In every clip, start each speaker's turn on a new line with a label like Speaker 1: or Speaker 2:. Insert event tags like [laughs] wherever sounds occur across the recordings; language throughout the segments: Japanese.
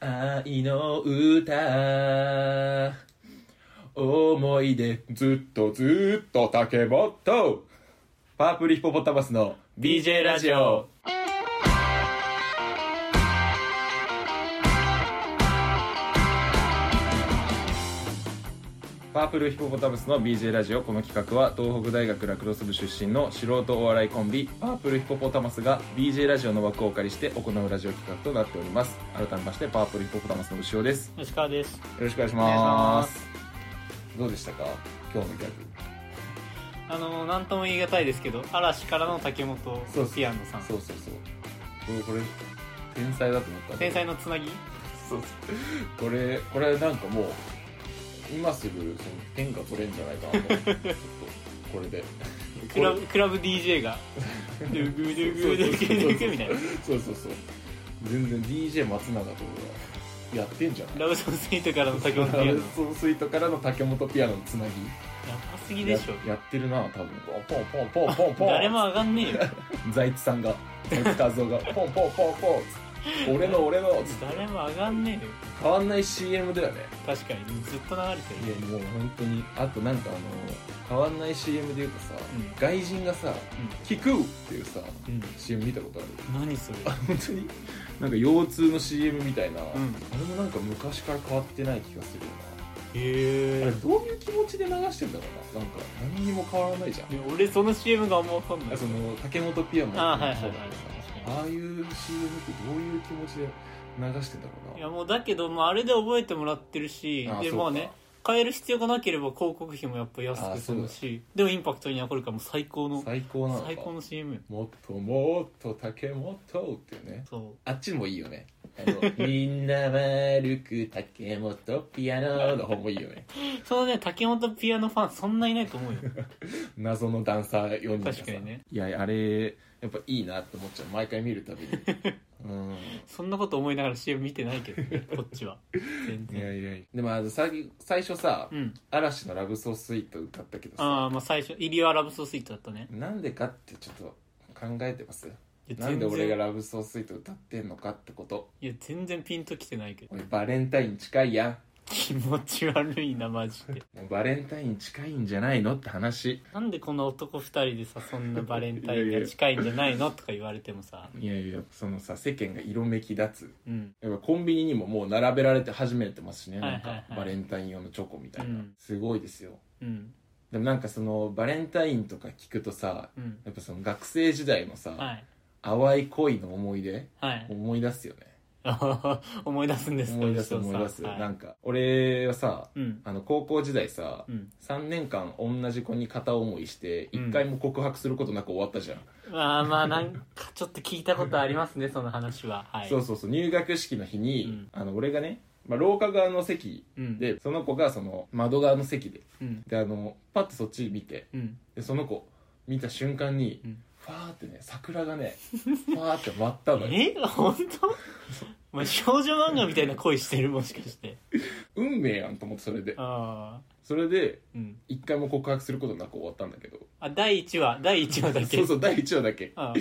Speaker 1: 愛の歌思い出ずっとずっと竹本パープリヒポポタマスの BJ ラジオパープルヒポポタムスの BJ ラジオこの企画は東北大学ラクロス部出身の素人お笑いコンビパープルヒポポタマスが BJ ラジオの枠をお借りして行うラジオ企画となっております改めましてパープルヒポポタマスの牛尾ですよ
Speaker 2: 吉川です
Speaker 1: ろしくお願いし
Speaker 2: お願い
Speaker 1: ま
Speaker 2: します
Speaker 1: どうでしたか今日のギャグ
Speaker 2: あの何とも言い難いですけど嵐からの竹本
Speaker 1: そう
Speaker 2: ピアノさん
Speaker 1: そうそうそうこれこれ天才だと思ったんだ
Speaker 2: 天才のつなぎ
Speaker 1: そうそうこれこれなんかもう今すぐその天下取れんじゃないかなと思って
Speaker 2: [laughs]
Speaker 1: ちょっとこれで
Speaker 2: クラブクラブ DJ がドゥグドゥグドゥグドゥグみたいな
Speaker 1: そうそうそう全然 DJ 松永とかやってんじゃない
Speaker 2: ラブソンスイートからの竹本ピア
Speaker 1: [laughs]
Speaker 2: ノや
Speaker 1: ソースイートからの竹本ピアノのつな
Speaker 2: ばすぎ
Speaker 1: ぎ
Speaker 2: でしょ
Speaker 1: ややってるな多分ポンポンポンポンポン
Speaker 2: 誰も上がんねえよ
Speaker 1: 財津さんが財津和夫がポンポンポンポンつって俺の俺のつって
Speaker 2: 誰も上がんねえよ
Speaker 1: 変わんない CM だよね
Speaker 2: 確かにずっと流れて
Speaker 1: い
Speaker 2: る
Speaker 1: やもう本当にあとなんかあの変わんない CM で言うとさ、
Speaker 2: ん
Speaker 1: 外人がさ「キクーっていうさ
Speaker 2: うん、
Speaker 1: CM 見たことある
Speaker 2: うん、何それ
Speaker 1: あ本当になんか腰痛の CM みたいな、
Speaker 2: う
Speaker 1: あ
Speaker 2: ん
Speaker 1: れもなんか昔から変わってない気がするよな、
Speaker 2: へ
Speaker 1: あれ
Speaker 2: え
Speaker 1: どういう気持ちで流してんだろうななんか何にも変わらないじゃん、
Speaker 2: 俺その CM があんまわかんない
Speaker 1: あその竹本ピアノ
Speaker 2: あーはいはいはい
Speaker 1: そうだけどさああいう CM ってどういう気持ちで流してんだろう
Speaker 2: い
Speaker 1: な
Speaker 2: やもうだけど、まあ、あれで覚えてもらってるし
Speaker 1: あ
Speaker 2: で
Speaker 1: そうか
Speaker 2: まあね変える必要がなければ広告費もやっぱ安
Speaker 1: あ
Speaker 2: く
Speaker 1: そ
Speaker 2: 済
Speaker 1: うだ
Speaker 2: むしでもインパクトに残るからもう最高の
Speaker 1: 最高なのか
Speaker 2: 最高の CM
Speaker 1: もっともっと竹本っていうね
Speaker 2: そ
Speaker 1: あっちもいいよねあ [laughs] のみんな丸く竹本ピアノの方もいいよね
Speaker 2: うそのね竹本ピアノファンそんないないと思うよ
Speaker 1: [laughs] 謎のダンサー4人がさ
Speaker 2: 確かにね
Speaker 1: いやあれやっぱいいなって思っちゃう毎回見るたびに [laughs] うん
Speaker 2: そんなこと思いながら CM 見てないけどねこっちは全
Speaker 1: い
Speaker 2: 然
Speaker 1: やいやいやでもあのさ最初さ、
Speaker 2: うん
Speaker 1: 嵐の「ラブソースイート」歌ったけどさ
Speaker 2: ああまあ最初入りはラブソースイートだったね
Speaker 1: なんでかってちょっと考えてます
Speaker 2: いや
Speaker 1: なんで俺が「
Speaker 2: 全然
Speaker 1: ラブソースイート」歌ってんのかってこと
Speaker 2: いや全然ピンときてないけど
Speaker 1: 俺バレンタイン近いや
Speaker 2: 気持ち悪いなマジで
Speaker 1: んもうバレンタイン近いんじゃないのって話
Speaker 2: なんでこの男二人でさそんなバレンタインが近いんじゃないのとか言われてもさ
Speaker 1: いやいやそのさ世間が色めき立つ
Speaker 2: うん
Speaker 1: やっぱコンビニにももう並べられて始めてますしね、
Speaker 2: はいはいはい
Speaker 1: なんかバレンタイン用のチョコみたいな、
Speaker 2: うん
Speaker 1: すごいですよ
Speaker 2: うん
Speaker 1: でもなんかそのバレンタインとか聞くとさ
Speaker 2: うん
Speaker 1: やっぱその学生時代のさ、
Speaker 2: はい
Speaker 1: 淡い恋の思い出 [laughs]
Speaker 2: はい
Speaker 1: 思い出すよね
Speaker 2: 思い出すんですか
Speaker 1: 思い出す
Speaker 2: 吉
Speaker 1: 思い
Speaker 2: 野さん
Speaker 1: 出す、
Speaker 2: はい
Speaker 1: なんか俺はさ、
Speaker 2: うん
Speaker 1: あの高校時代さ、
Speaker 2: うん
Speaker 1: 3年間同じ子に片思いして
Speaker 2: うん
Speaker 1: 一回も告白することなく終わったじゃん、
Speaker 2: まあまあなんかちょっと聞いたことありますねその話ははい
Speaker 1: そうそうそう入学式の日に、
Speaker 2: うん
Speaker 1: あの俺がね、まあ、廊下側の席
Speaker 2: うん
Speaker 1: でその子がその窓側の席で
Speaker 2: うん
Speaker 1: であのパッとそっち見て
Speaker 2: うん
Speaker 1: でその子見た瞬間に、
Speaker 2: うん
Speaker 1: ファーってね桜がね [laughs] ファーって舞ったのよ
Speaker 2: え [laughs] 本当まあ少女漫画みたいな恋してるもしかして
Speaker 1: 運命やんと思ってそれで
Speaker 2: ああ
Speaker 1: それで
Speaker 2: うん
Speaker 1: 一回も告白することなく終わったんだけど
Speaker 2: あ第1話第1話だけ
Speaker 1: そうそう第1話だけ
Speaker 2: ああ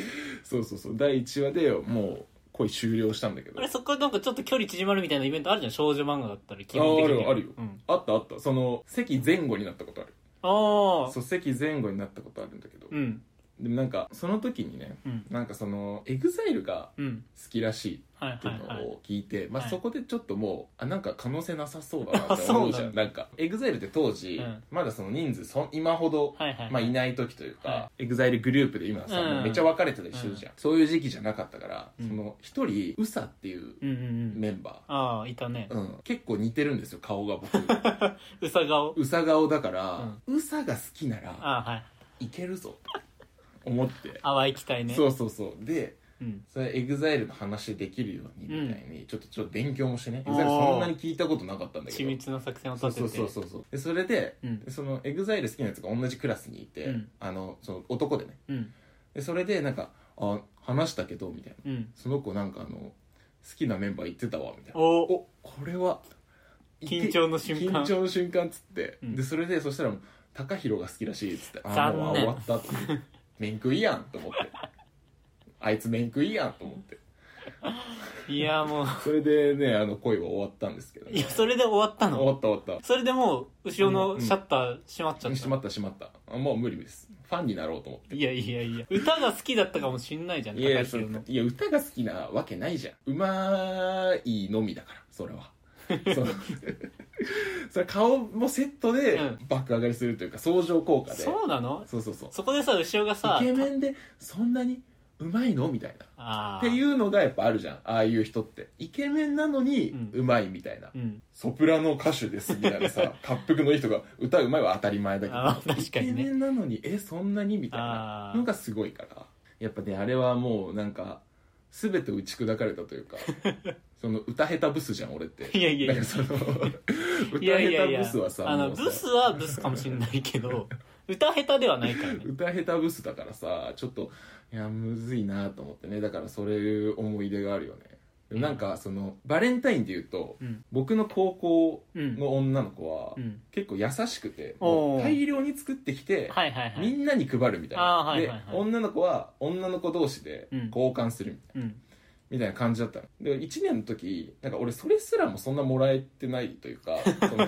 Speaker 1: そうそうそう第1話でもう恋終了したんだけど
Speaker 2: あれそこからなんかちょっと距離縮まるみたいなイベントあるじゃん少女漫画だったら基
Speaker 1: あ
Speaker 2: 本
Speaker 1: あ
Speaker 2: 的
Speaker 1: る
Speaker 2: に
Speaker 1: よ
Speaker 2: は
Speaker 1: あるよ、
Speaker 2: うん、
Speaker 1: あったあったその席前後になったことある
Speaker 2: ああ
Speaker 1: そう席前後になったことあるんだけど、
Speaker 2: うん
Speaker 1: でもなんかその時にね
Speaker 2: うん
Speaker 1: なんかそのエグザイルが
Speaker 2: うん
Speaker 1: 好きらしい
Speaker 2: はい
Speaker 1: って
Speaker 2: はいいうは
Speaker 1: の
Speaker 2: い
Speaker 1: を聞いて、まあ、
Speaker 2: はい
Speaker 1: そこでちょっともうあなんか可能性なさそうだなって
Speaker 2: [laughs] そう
Speaker 1: 思う
Speaker 2: な
Speaker 1: んじ
Speaker 2: だ
Speaker 1: ゃんなんか EXILE って当時、
Speaker 2: うん
Speaker 1: まだその人数そん今ほど、
Speaker 2: はいはい
Speaker 1: まあ、いない時というか、
Speaker 2: は
Speaker 1: EXILE グループで今さ、
Speaker 2: うん
Speaker 1: もうめっちゃ別れてたりしてるじゃん、そういう時期じゃなかったから、
Speaker 2: うん
Speaker 1: その一人ウサっていう
Speaker 2: うんうんうん
Speaker 1: メンバ
Speaker 2: ああいたね
Speaker 1: ー、うん、結構似てるんですよ顔が
Speaker 2: [laughs]
Speaker 1: 僕
Speaker 2: うさ顔
Speaker 1: ウサ顔だから、ウサが好きなら
Speaker 2: ああはい
Speaker 1: いけるぞと思って、
Speaker 2: 淡い期待ね
Speaker 1: そうそうそうで
Speaker 2: うん
Speaker 1: それエグザイルの話できるようにみたいに、ちょっとちょっと勉強もしてねエ
Speaker 2: おー
Speaker 1: グザイルそんなに聞いたことなかったんだけ
Speaker 2: 緻
Speaker 1: ど
Speaker 2: 密な作戦を立
Speaker 1: そう
Speaker 2: てて
Speaker 1: そうそうそうそうでそれで、
Speaker 2: うん
Speaker 1: そのエグザイル好きなやつが同じクラスにいて、
Speaker 2: うん
Speaker 1: あのその男でね
Speaker 2: うん
Speaker 1: でそれでなんか「あ話したけど」みたいな
Speaker 2: うん
Speaker 1: その子なんかあの好きなメンバー言ってたわみたいな
Speaker 2: お
Speaker 1: おこれは
Speaker 2: 緊張の瞬間
Speaker 1: 緊張の瞬間っつって、
Speaker 2: うん
Speaker 1: でそれでそしたらもう「高弘が好きらしい」っつって「あ
Speaker 2: 残
Speaker 1: もう終
Speaker 2: 念 [laughs]
Speaker 1: わった」って「面食いやん」と思って「あいつ面食いやん」と思って
Speaker 2: いやもう [laughs]
Speaker 1: それでねあの恋は終わったんですけど、
Speaker 2: いやそれで終わった
Speaker 1: 終わ
Speaker 2: の
Speaker 1: った終わっ
Speaker 2: それでもう後ろのシャッター閉まっちゃ
Speaker 1: た
Speaker 2: っ、
Speaker 1: したまったしまったあもう無理ですファンになろうと思って
Speaker 2: いやいやいや歌が好きだったかもしんないじゃん
Speaker 1: いや
Speaker 2: 高
Speaker 1: そ
Speaker 2: 橋
Speaker 1: れ
Speaker 2: 優の
Speaker 1: いや歌が好きなわけないじゃんうまいのみだからそれ
Speaker 2: [laughs]
Speaker 1: はその [laughs] それ顔もセットで
Speaker 2: うん
Speaker 1: 爆上がりするというか相乗効果で
Speaker 2: そうなの
Speaker 1: そうそうそう
Speaker 2: そこでさ後ろがさ
Speaker 1: イケメンでそんなにうまいのみたいな
Speaker 2: あ
Speaker 1: っ
Speaker 2: あ、
Speaker 1: ていううのがやっぱあるじゃんああいう人ってイケメンなのに
Speaker 2: うん
Speaker 1: うまいみたいな、
Speaker 2: うん、
Speaker 1: ソプラノ歌手ですみたいな
Speaker 2: [laughs]
Speaker 1: さ滑覆のいい人が歌うまいは当たり前だけど
Speaker 2: あー確かにね
Speaker 1: イケメンなのにえそんなにみたいな
Speaker 2: あー
Speaker 1: のがすごいからやっぱねあれはもうなんか全て打ち砕かれたという
Speaker 2: [laughs]
Speaker 1: かその歌下手ブスじゃん俺って
Speaker 2: いやいやい
Speaker 1: だ
Speaker 2: や
Speaker 1: からその歌
Speaker 2: いやいや
Speaker 1: 下
Speaker 2: い
Speaker 1: 手
Speaker 2: や
Speaker 1: ブスはさ
Speaker 2: あ
Speaker 1: も
Speaker 2: の
Speaker 1: うさ
Speaker 2: ブスはブスかもしんないけど歌下手ではな
Speaker 1: [laughs]
Speaker 2: いからね
Speaker 1: 歌下手ブスだからさちょっといやむずいなと思ってねだからそれ思い出があるよね、
Speaker 2: うん
Speaker 1: なんかそのバレンタインで言うと
Speaker 2: うん
Speaker 1: 僕の高校
Speaker 2: うん
Speaker 1: の女の子は、
Speaker 2: うん
Speaker 1: 結構優しくて
Speaker 2: おー
Speaker 1: もう大量に作ってきて、
Speaker 2: はいはいは
Speaker 1: み
Speaker 2: い
Speaker 1: んなに配るみたいな、
Speaker 2: あーはいはいはい
Speaker 1: で女の子は女の子同士で
Speaker 2: うん
Speaker 1: 交換するみたいな、
Speaker 2: うん
Speaker 1: みたいな感じだったので1年の時なんか俺それすらもそんなもらえてないというか
Speaker 2: [laughs]
Speaker 1: そのなん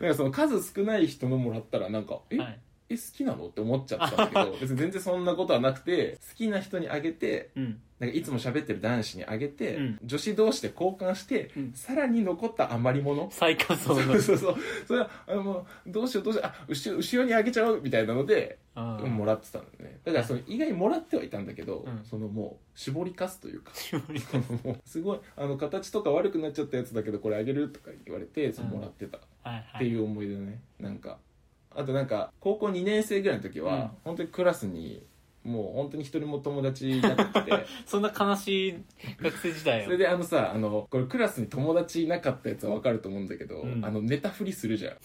Speaker 1: かその数少ない人のもらったらなんかえ、
Speaker 2: はい
Speaker 1: え好きなのって思っちゃったんだけ
Speaker 2: [laughs]
Speaker 1: ど別に全然そんなことはなくて好きな人にあげて
Speaker 2: うん
Speaker 1: なんかいつも喋ってる男子にあげて、
Speaker 2: うん
Speaker 1: 女子同士で交換して、
Speaker 2: うん
Speaker 1: さらに残った余り物
Speaker 2: 最下層
Speaker 1: そ
Speaker 2: の
Speaker 1: うそうそうそれはあのもうどうしようどうしようあ後ろ後ろにあげちゃおうみたいなので、
Speaker 2: うん
Speaker 1: もらってたんだよねだからその意外にもらってはいたんだけど、
Speaker 2: うん
Speaker 1: そのもう絞りかすというか [laughs]
Speaker 2: 絞り
Speaker 1: そのもうすごいあの形とか悪くなっちゃったやつだけどこれあげるとか言われてそのもらってた、
Speaker 2: はい
Speaker 1: っ
Speaker 2: は
Speaker 1: て
Speaker 2: い
Speaker 1: いう思い出ねなんかあとなんか高校2年生ぐらいの時は、
Speaker 2: うん
Speaker 1: 本当にクラスにもう本当に一人も友達いなく [laughs] て
Speaker 2: そんな悲しい学生時代
Speaker 1: そ
Speaker 2: を
Speaker 1: れであのさあのこれクラスに友達いなかったやつは分かると思うんだけど、
Speaker 2: うん
Speaker 1: あのネタフリする [laughs] じゃん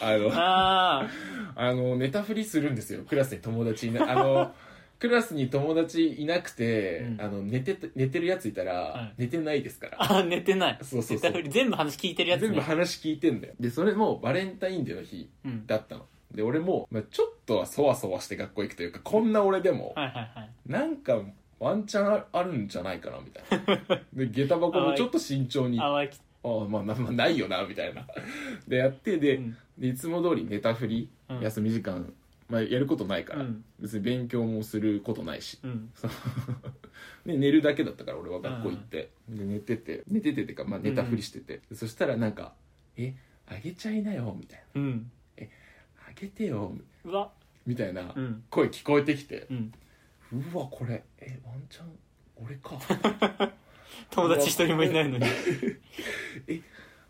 Speaker 1: あの
Speaker 2: あ
Speaker 1: あのネタフリするんですよクラスに友達い
Speaker 2: [laughs]
Speaker 1: なあのクラスに友達いなくて、
Speaker 2: うん
Speaker 1: あの寝てて寝てるやついたら、
Speaker 2: はい
Speaker 1: 寝てないですから
Speaker 2: ああ寝てない
Speaker 1: そうそうそう
Speaker 2: 寝たふり全部話聞いてるやつね
Speaker 1: 全部話聞いてんだよでそれもバレンタインデーの日、
Speaker 2: うん
Speaker 1: だったの。で、俺も、まあ、ちょっとはそわそわして学校行くというか、こんな俺でも、
Speaker 2: はいはいはい
Speaker 1: なんかワンチャンああるんじゃないかな、みたい
Speaker 2: [laughs]
Speaker 1: な。で、下駄箱もちょっと慎重に、あ
Speaker 2: 淡いき
Speaker 1: あ、まあ、まあまあないよな、みたいな。で、やって、で、
Speaker 2: うん
Speaker 1: でいつも通りネタ振り、
Speaker 2: うん
Speaker 1: 休み時間、まあ、やることないから、
Speaker 2: うん
Speaker 1: 別に勉強もすることないし。 [laughs]
Speaker 2: うん
Speaker 1: そうで寝るだけだったから俺は学校行って、で寝てて寝ててっていうか、まあ、寝たふりしてて、そしたらなんか「えあげちゃいなよ」みたいな
Speaker 2: うん
Speaker 1: 「あげてよ」
Speaker 2: うわ
Speaker 1: みたいな
Speaker 2: うん
Speaker 1: 声聞こえてきて
Speaker 2: う、ん
Speaker 1: うわこれえワンチャン俺
Speaker 2: [laughs]
Speaker 1: か
Speaker 2: 友達一人もいないのに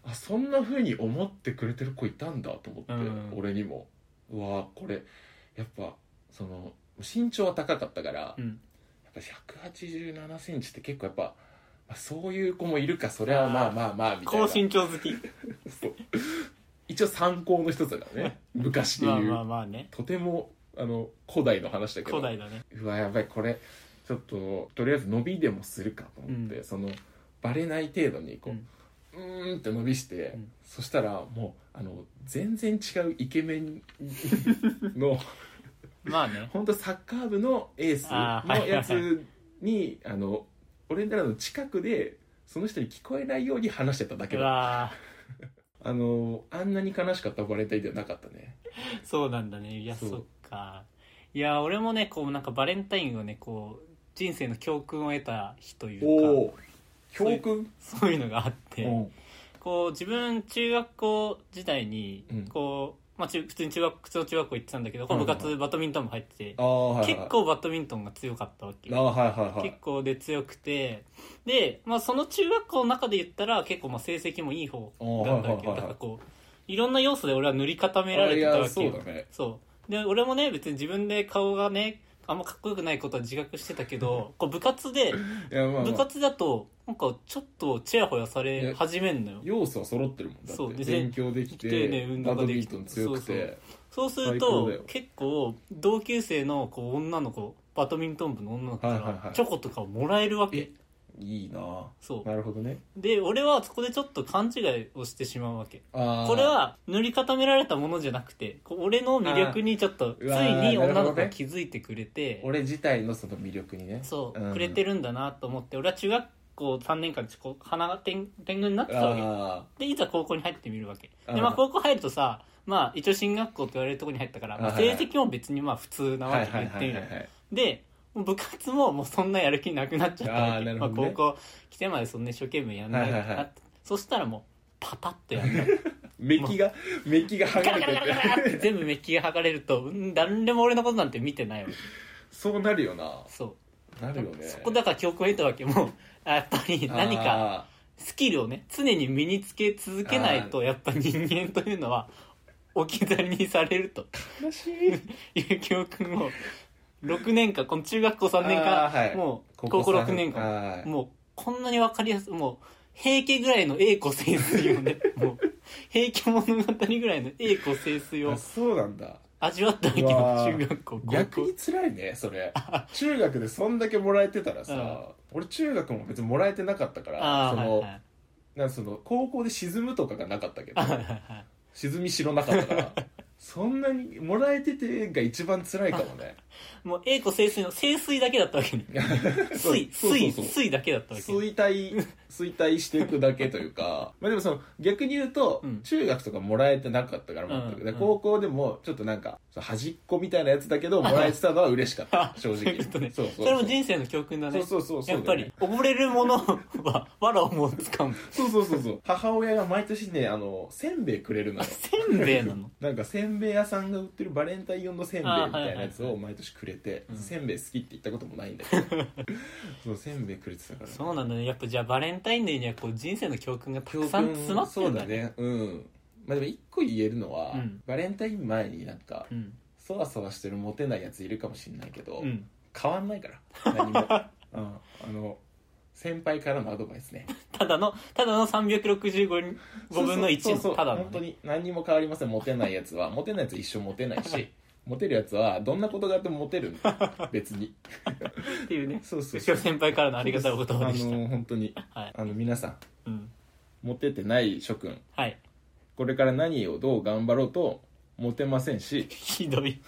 Speaker 1: あそんな風に思ってくれてる子いたんだと思って、
Speaker 2: うん
Speaker 1: 俺にもうわこれやっぱその身長は高かったから、
Speaker 2: うん
Speaker 1: やっぱ1 8 7センチって結構やっぱ、まあ、そういう子もいるかそれはまあまあまあみたい
Speaker 2: 高
Speaker 1: な
Speaker 2: 身長好き
Speaker 1: そう一応参考の一つだからね昔で
Speaker 2: まあ
Speaker 1: いう、
Speaker 2: まあまあね
Speaker 1: とてもあの古代の話だけど
Speaker 2: 古代だね
Speaker 1: うわやばいこれちょっととりあえず伸びでもするかと思って、
Speaker 2: う
Speaker 1: そのバレない程度にこ
Speaker 2: うん
Speaker 1: う、うーんって伸びして、
Speaker 2: うん
Speaker 1: そしたらもうあの全然違うイケメンの
Speaker 2: まあね
Speaker 1: 本当サッカー部のエース
Speaker 2: あーは
Speaker 1: の
Speaker 2: いはいは
Speaker 1: や
Speaker 2: い
Speaker 1: つに [laughs] あの俺らの近くでその人に聞こえないように話してただけ
Speaker 2: う
Speaker 1: だ
Speaker 2: わ
Speaker 1: あのあんなに悲しかったバレンタインではなかったね
Speaker 2: ーそうなんだねいや
Speaker 1: そ
Speaker 2: そうっかいや俺もねこうなんかバレンタインをねこう人生の教訓を得た日とい
Speaker 1: お
Speaker 2: うか
Speaker 1: お教訓
Speaker 2: そういうのがあっ
Speaker 1: う
Speaker 2: て、
Speaker 1: ん
Speaker 2: こう自分中学校時代に
Speaker 1: うん
Speaker 2: こう、まあ、中普通に中学普通の中学校行ってたんだけどこ
Speaker 1: は
Speaker 2: の
Speaker 1: い
Speaker 2: 部
Speaker 1: はいはい
Speaker 2: 活バドミントンも入ってて
Speaker 1: ああはいはい
Speaker 2: 結構バドミントンが強かったわけ
Speaker 1: ああはいはいはい
Speaker 2: 結構で強くてで、まあ、その中学校の中で言ったら結構まあ成績もいい方なんだ
Speaker 1: あーはいは
Speaker 2: け
Speaker 1: いは
Speaker 2: ど
Speaker 1: い
Speaker 2: だからこういろんな要素で俺は塗り固められてた
Speaker 1: あい
Speaker 2: わ
Speaker 1: や
Speaker 2: け
Speaker 1: そう
Speaker 2: よ
Speaker 1: だね
Speaker 2: そうで俺もね別に自分で顔がねあんまかっこよくないことは自覚してた
Speaker 1: [laughs]
Speaker 2: けどこう部活で
Speaker 1: いやまあまあ
Speaker 2: 部活だとなんかちょっとちやほやされ始めんのよ
Speaker 1: 要素は揃ってるもんだ
Speaker 2: そう
Speaker 1: って
Speaker 2: で
Speaker 1: 勉強できて
Speaker 2: でね運動
Speaker 1: バド
Speaker 2: が
Speaker 1: ミ
Speaker 2: で
Speaker 1: ン
Speaker 2: きて
Speaker 1: トン強くて
Speaker 2: そうする
Speaker 1: 最高
Speaker 2: と
Speaker 1: だよ
Speaker 2: 結構同級生のこう女の子バドミントン部の女の子か
Speaker 1: はいはいは
Speaker 2: ら
Speaker 1: い
Speaker 2: チョコとかをもらえるわけ、
Speaker 1: えいいな
Speaker 2: そ
Speaker 1: なるほどね
Speaker 2: うで俺はそこでちょっと勘違いをしてしまうわけ
Speaker 1: あー
Speaker 2: これは塗り固められたものじゃなくてこう俺の魅力にちょっとつ
Speaker 1: う
Speaker 2: い
Speaker 1: わー
Speaker 2: に
Speaker 1: なるほどね
Speaker 2: 女の子が気づいてくれて、
Speaker 1: 俺自体のその魅力にね
Speaker 2: そう、
Speaker 1: ん
Speaker 2: くれてるんだなと思って俺は中学校3年間ちょこう鼻が天天狗になってたわけ
Speaker 1: あ
Speaker 2: でいざ高校に入ってみるわけ
Speaker 1: うん
Speaker 2: で、まあ、高校入るとさ、まあ、一応進学校と言われるところに入ったから、まあ
Speaker 1: はいは
Speaker 2: 成
Speaker 1: い
Speaker 2: 績も別にまあ普通
Speaker 1: あ
Speaker 2: な
Speaker 1: は
Speaker 2: わ
Speaker 1: い
Speaker 2: けで
Speaker 1: はい
Speaker 2: 言っ
Speaker 1: は
Speaker 2: てみ
Speaker 1: い
Speaker 2: る、
Speaker 1: はいはい
Speaker 2: でもう部活ももうそんなやる気なくなっちゃった
Speaker 1: あ
Speaker 2: わ
Speaker 1: ー
Speaker 2: け、
Speaker 1: なるほ
Speaker 2: まあ、
Speaker 1: どね
Speaker 2: 高校来てまでそんな一生懸命やんないかなって、
Speaker 1: はいはいはい
Speaker 2: そしたらもうパパッとやんない
Speaker 1: メッキがメッキが剥
Speaker 2: ガ
Speaker 1: が
Speaker 2: ラ
Speaker 1: れ
Speaker 2: ガ
Speaker 1: て
Speaker 2: ラガラガ
Speaker 1: [laughs]
Speaker 2: ラって
Speaker 1: て
Speaker 2: 全部メッキが剥がれるとうん誰でも俺のことなんて見てないわけ
Speaker 1: そうなるよな
Speaker 2: そ
Speaker 1: な
Speaker 2: う、
Speaker 1: るよね
Speaker 2: そこだから教訓を得たわけもうあやっぱり何か
Speaker 1: あ
Speaker 2: スキルをね常に身につけ続けないとやっぱ人間というのは置き去りにされると
Speaker 1: ー悲しい
Speaker 2: いう教訓を6年間この中学校3年間、
Speaker 1: あーはい
Speaker 2: もう高校
Speaker 1: 三
Speaker 2: 6年間
Speaker 1: はい
Speaker 2: もうこんなに分かりやすいもう平家ぐらいの栄枯盛衰を
Speaker 1: [laughs]
Speaker 2: ねもう平家物語ぐらいの栄枯盛衰
Speaker 1: あ
Speaker 2: を
Speaker 1: そうなんだ
Speaker 2: 味わったわけよ
Speaker 1: うわー
Speaker 2: 中学校高
Speaker 1: 逆
Speaker 2: 校
Speaker 1: に辛いねそれ中学でそんだけもらえてたら
Speaker 2: [laughs]
Speaker 1: さ俺中学も別にもらえてなかったから
Speaker 2: あ
Speaker 1: そ
Speaker 2: あはいは
Speaker 1: の
Speaker 2: い
Speaker 1: なんかその高校で沈むとかがなかったけど
Speaker 2: あはいはい
Speaker 1: 沈みしろなかったから
Speaker 2: [laughs]
Speaker 1: そんなにもらえててが一番辛いかも
Speaker 2: [laughs]
Speaker 1: ね [laughs]
Speaker 2: もう栄枯盛衰の盛衰だけだったわけに水
Speaker 1: そうそう
Speaker 2: 水
Speaker 1: そう
Speaker 2: 水だけだったわけに
Speaker 1: 衰退衰退していくだけという
Speaker 2: [laughs]
Speaker 1: かまあでもその逆に言うと、
Speaker 2: うん
Speaker 1: 中学とかもらえてなかったから全く、
Speaker 2: うん
Speaker 1: で
Speaker 2: うん
Speaker 1: 高校でもちょっとなんかその端っこみたいなやつだけどもらえてたのは嬉しか
Speaker 2: [laughs]
Speaker 1: った [laughs] 正
Speaker 2: そうい
Speaker 1: 直
Speaker 2: うことね
Speaker 1: そうそう
Speaker 2: それも人生の教訓だね
Speaker 1: そうそうそうそう
Speaker 2: やっぱり溺れるものは [laughs] 藁をもつかむ
Speaker 1: そうそうそうそう母親が毎年ねあのせんべいくれるの
Speaker 2: あ
Speaker 1: よ
Speaker 2: せんべいな
Speaker 1: [laughs]
Speaker 2: の
Speaker 1: なんかせんべい屋さんが売ってるバレンタイン用のせんべいみたいなやつ
Speaker 2: あはいはい
Speaker 1: を
Speaker 2: は
Speaker 1: 毎年くれて、
Speaker 2: うん
Speaker 1: せんべい好きって言ったこともないんだけ
Speaker 2: [laughs]
Speaker 1: どそうせんべいくれてたから
Speaker 2: そうなんだねやっぱじゃあバレンタインデーにはこう人生の教訓がたくさん詰まって
Speaker 1: そ
Speaker 2: る
Speaker 1: うんだ
Speaker 2: だね
Speaker 1: ねうんまあでも一個言えるのは、
Speaker 2: うん
Speaker 1: バレンタイン前になんか
Speaker 2: うん
Speaker 1: そわそわしてるモテないやついるかもしれないけど、
Speaker 2: うん
Speaker 1: 変わんないから何
Speaker 2: [laughs]
Speaker 1: も、うん、あの先輩からのアドバイスね
Speaker 2: [laughs] ただのただの
Speaker 1: そうそうそう
Speaker 2: 365分の
Speaker 1: そ
Speaker 2: 1
Speaker 1: う
Speaker 2: ただの
Speaker 1: 本当
Speaker 2: [laughs] ね
Speaker 1: に何にも変わりませんモテないやつはモテないやつは一生モテない
Speaker 2: [laughs]
Speaker 1: しモテるやつはどんなことがあってもモテるんだ別に
Speaker 2: っていうね
Speaker 1: そうそう
Speaker 2: 牛尾先輩から [laughs] のありがたいお言葉でし
Speaker 1: あ
Speaker 2: た
Speaker 1: の本当に
Speaker 2: はい
Speaker 1: あの皆さん
Speaker 2: うん
Speaker 1: モテてない諸君
Speaker 2: はい
Speaker 1: これから何をどう頑張ろうとモテませんし
Speaker 2: ひどい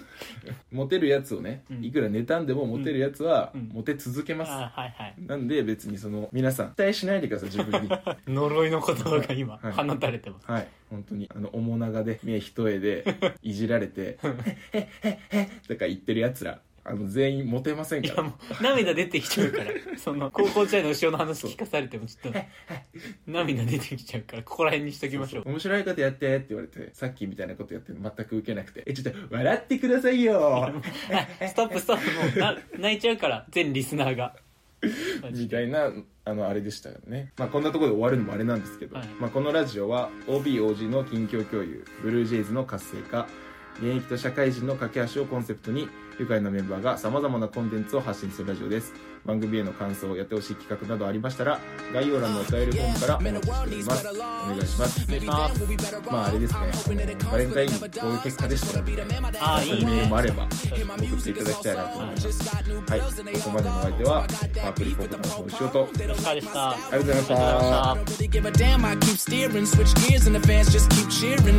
Speaker 1: モテるやつをね、
Speaker 2: うん
Speaker 1: いくら妬んでもモテるやつは
Speaker 2: うん
Speaker 1: モテ続けます、
Speaker 2: あはい
Speaker 1: [laughs]
Speaker 2: はい
Speaker 1: なんで別にその皆さん期待しないでください自分には
Speaker 2: 呪いの言葉が今
Speaker 1: はい
Speaker 2: 放たれてます
Speaker 1: い本当にあの面長で目一重でいじられて「へっへっへっ」とか言ってるやつらあの全員モテません
Speaker 2: い
Speaker 1: か
Speaker 2: や
Speaker 1: ら
Speaker 2: もう涙出てきちゃう
Speaker 1: [laughs]
Speaker 2: からその高校時代の後ろの話聞かされてもちょっと涙出てきちゃうからここら辺にしときましょう
Speaker 1: 面白いことやってって言われてさっきみたいなことやって全く受けなくて「えちょっと笑ってください
Speaker 2: [laughs]
Speaker 1: よ」
Speaker 2: あストップストップもうな泣いちゃうから全リスナ
Speaker 1: [laughs]
Speaker 2: ーが
Speaker 1: みたいなあのあれでしたよね、まあ、こんなところで終わるのもあれなんですけど、
Speaker 2: はい
Speaker 1: まあ、このラジオは OBOG の近況共有ブルージェイズの活性化現役と社会人の架け橋をコンセプトに愉快なメンバーがさまざまなコンテンツを発信するラジオです番組への感想やってほしい企画などありましたら概要欄のお便りフォームからお待ちしておりますお願いしますまああれですねあのバレンタインこういう結果でしたので
Speaker 2: ああいい
Speaker 1: メール
Speaker 2: ね
Speaker 1: もあれば送っていただきたいなと思いますはい、ここまでのお相手はパープリポートナーの仕事
Speaker 2: お疲れ様でした
Speaker 1: ありがとうございまし
Speaker 2: ありがとうございましたた
Speaker 3: Really give a damn, I keep steering. Switch gears and the fans just keep cheering.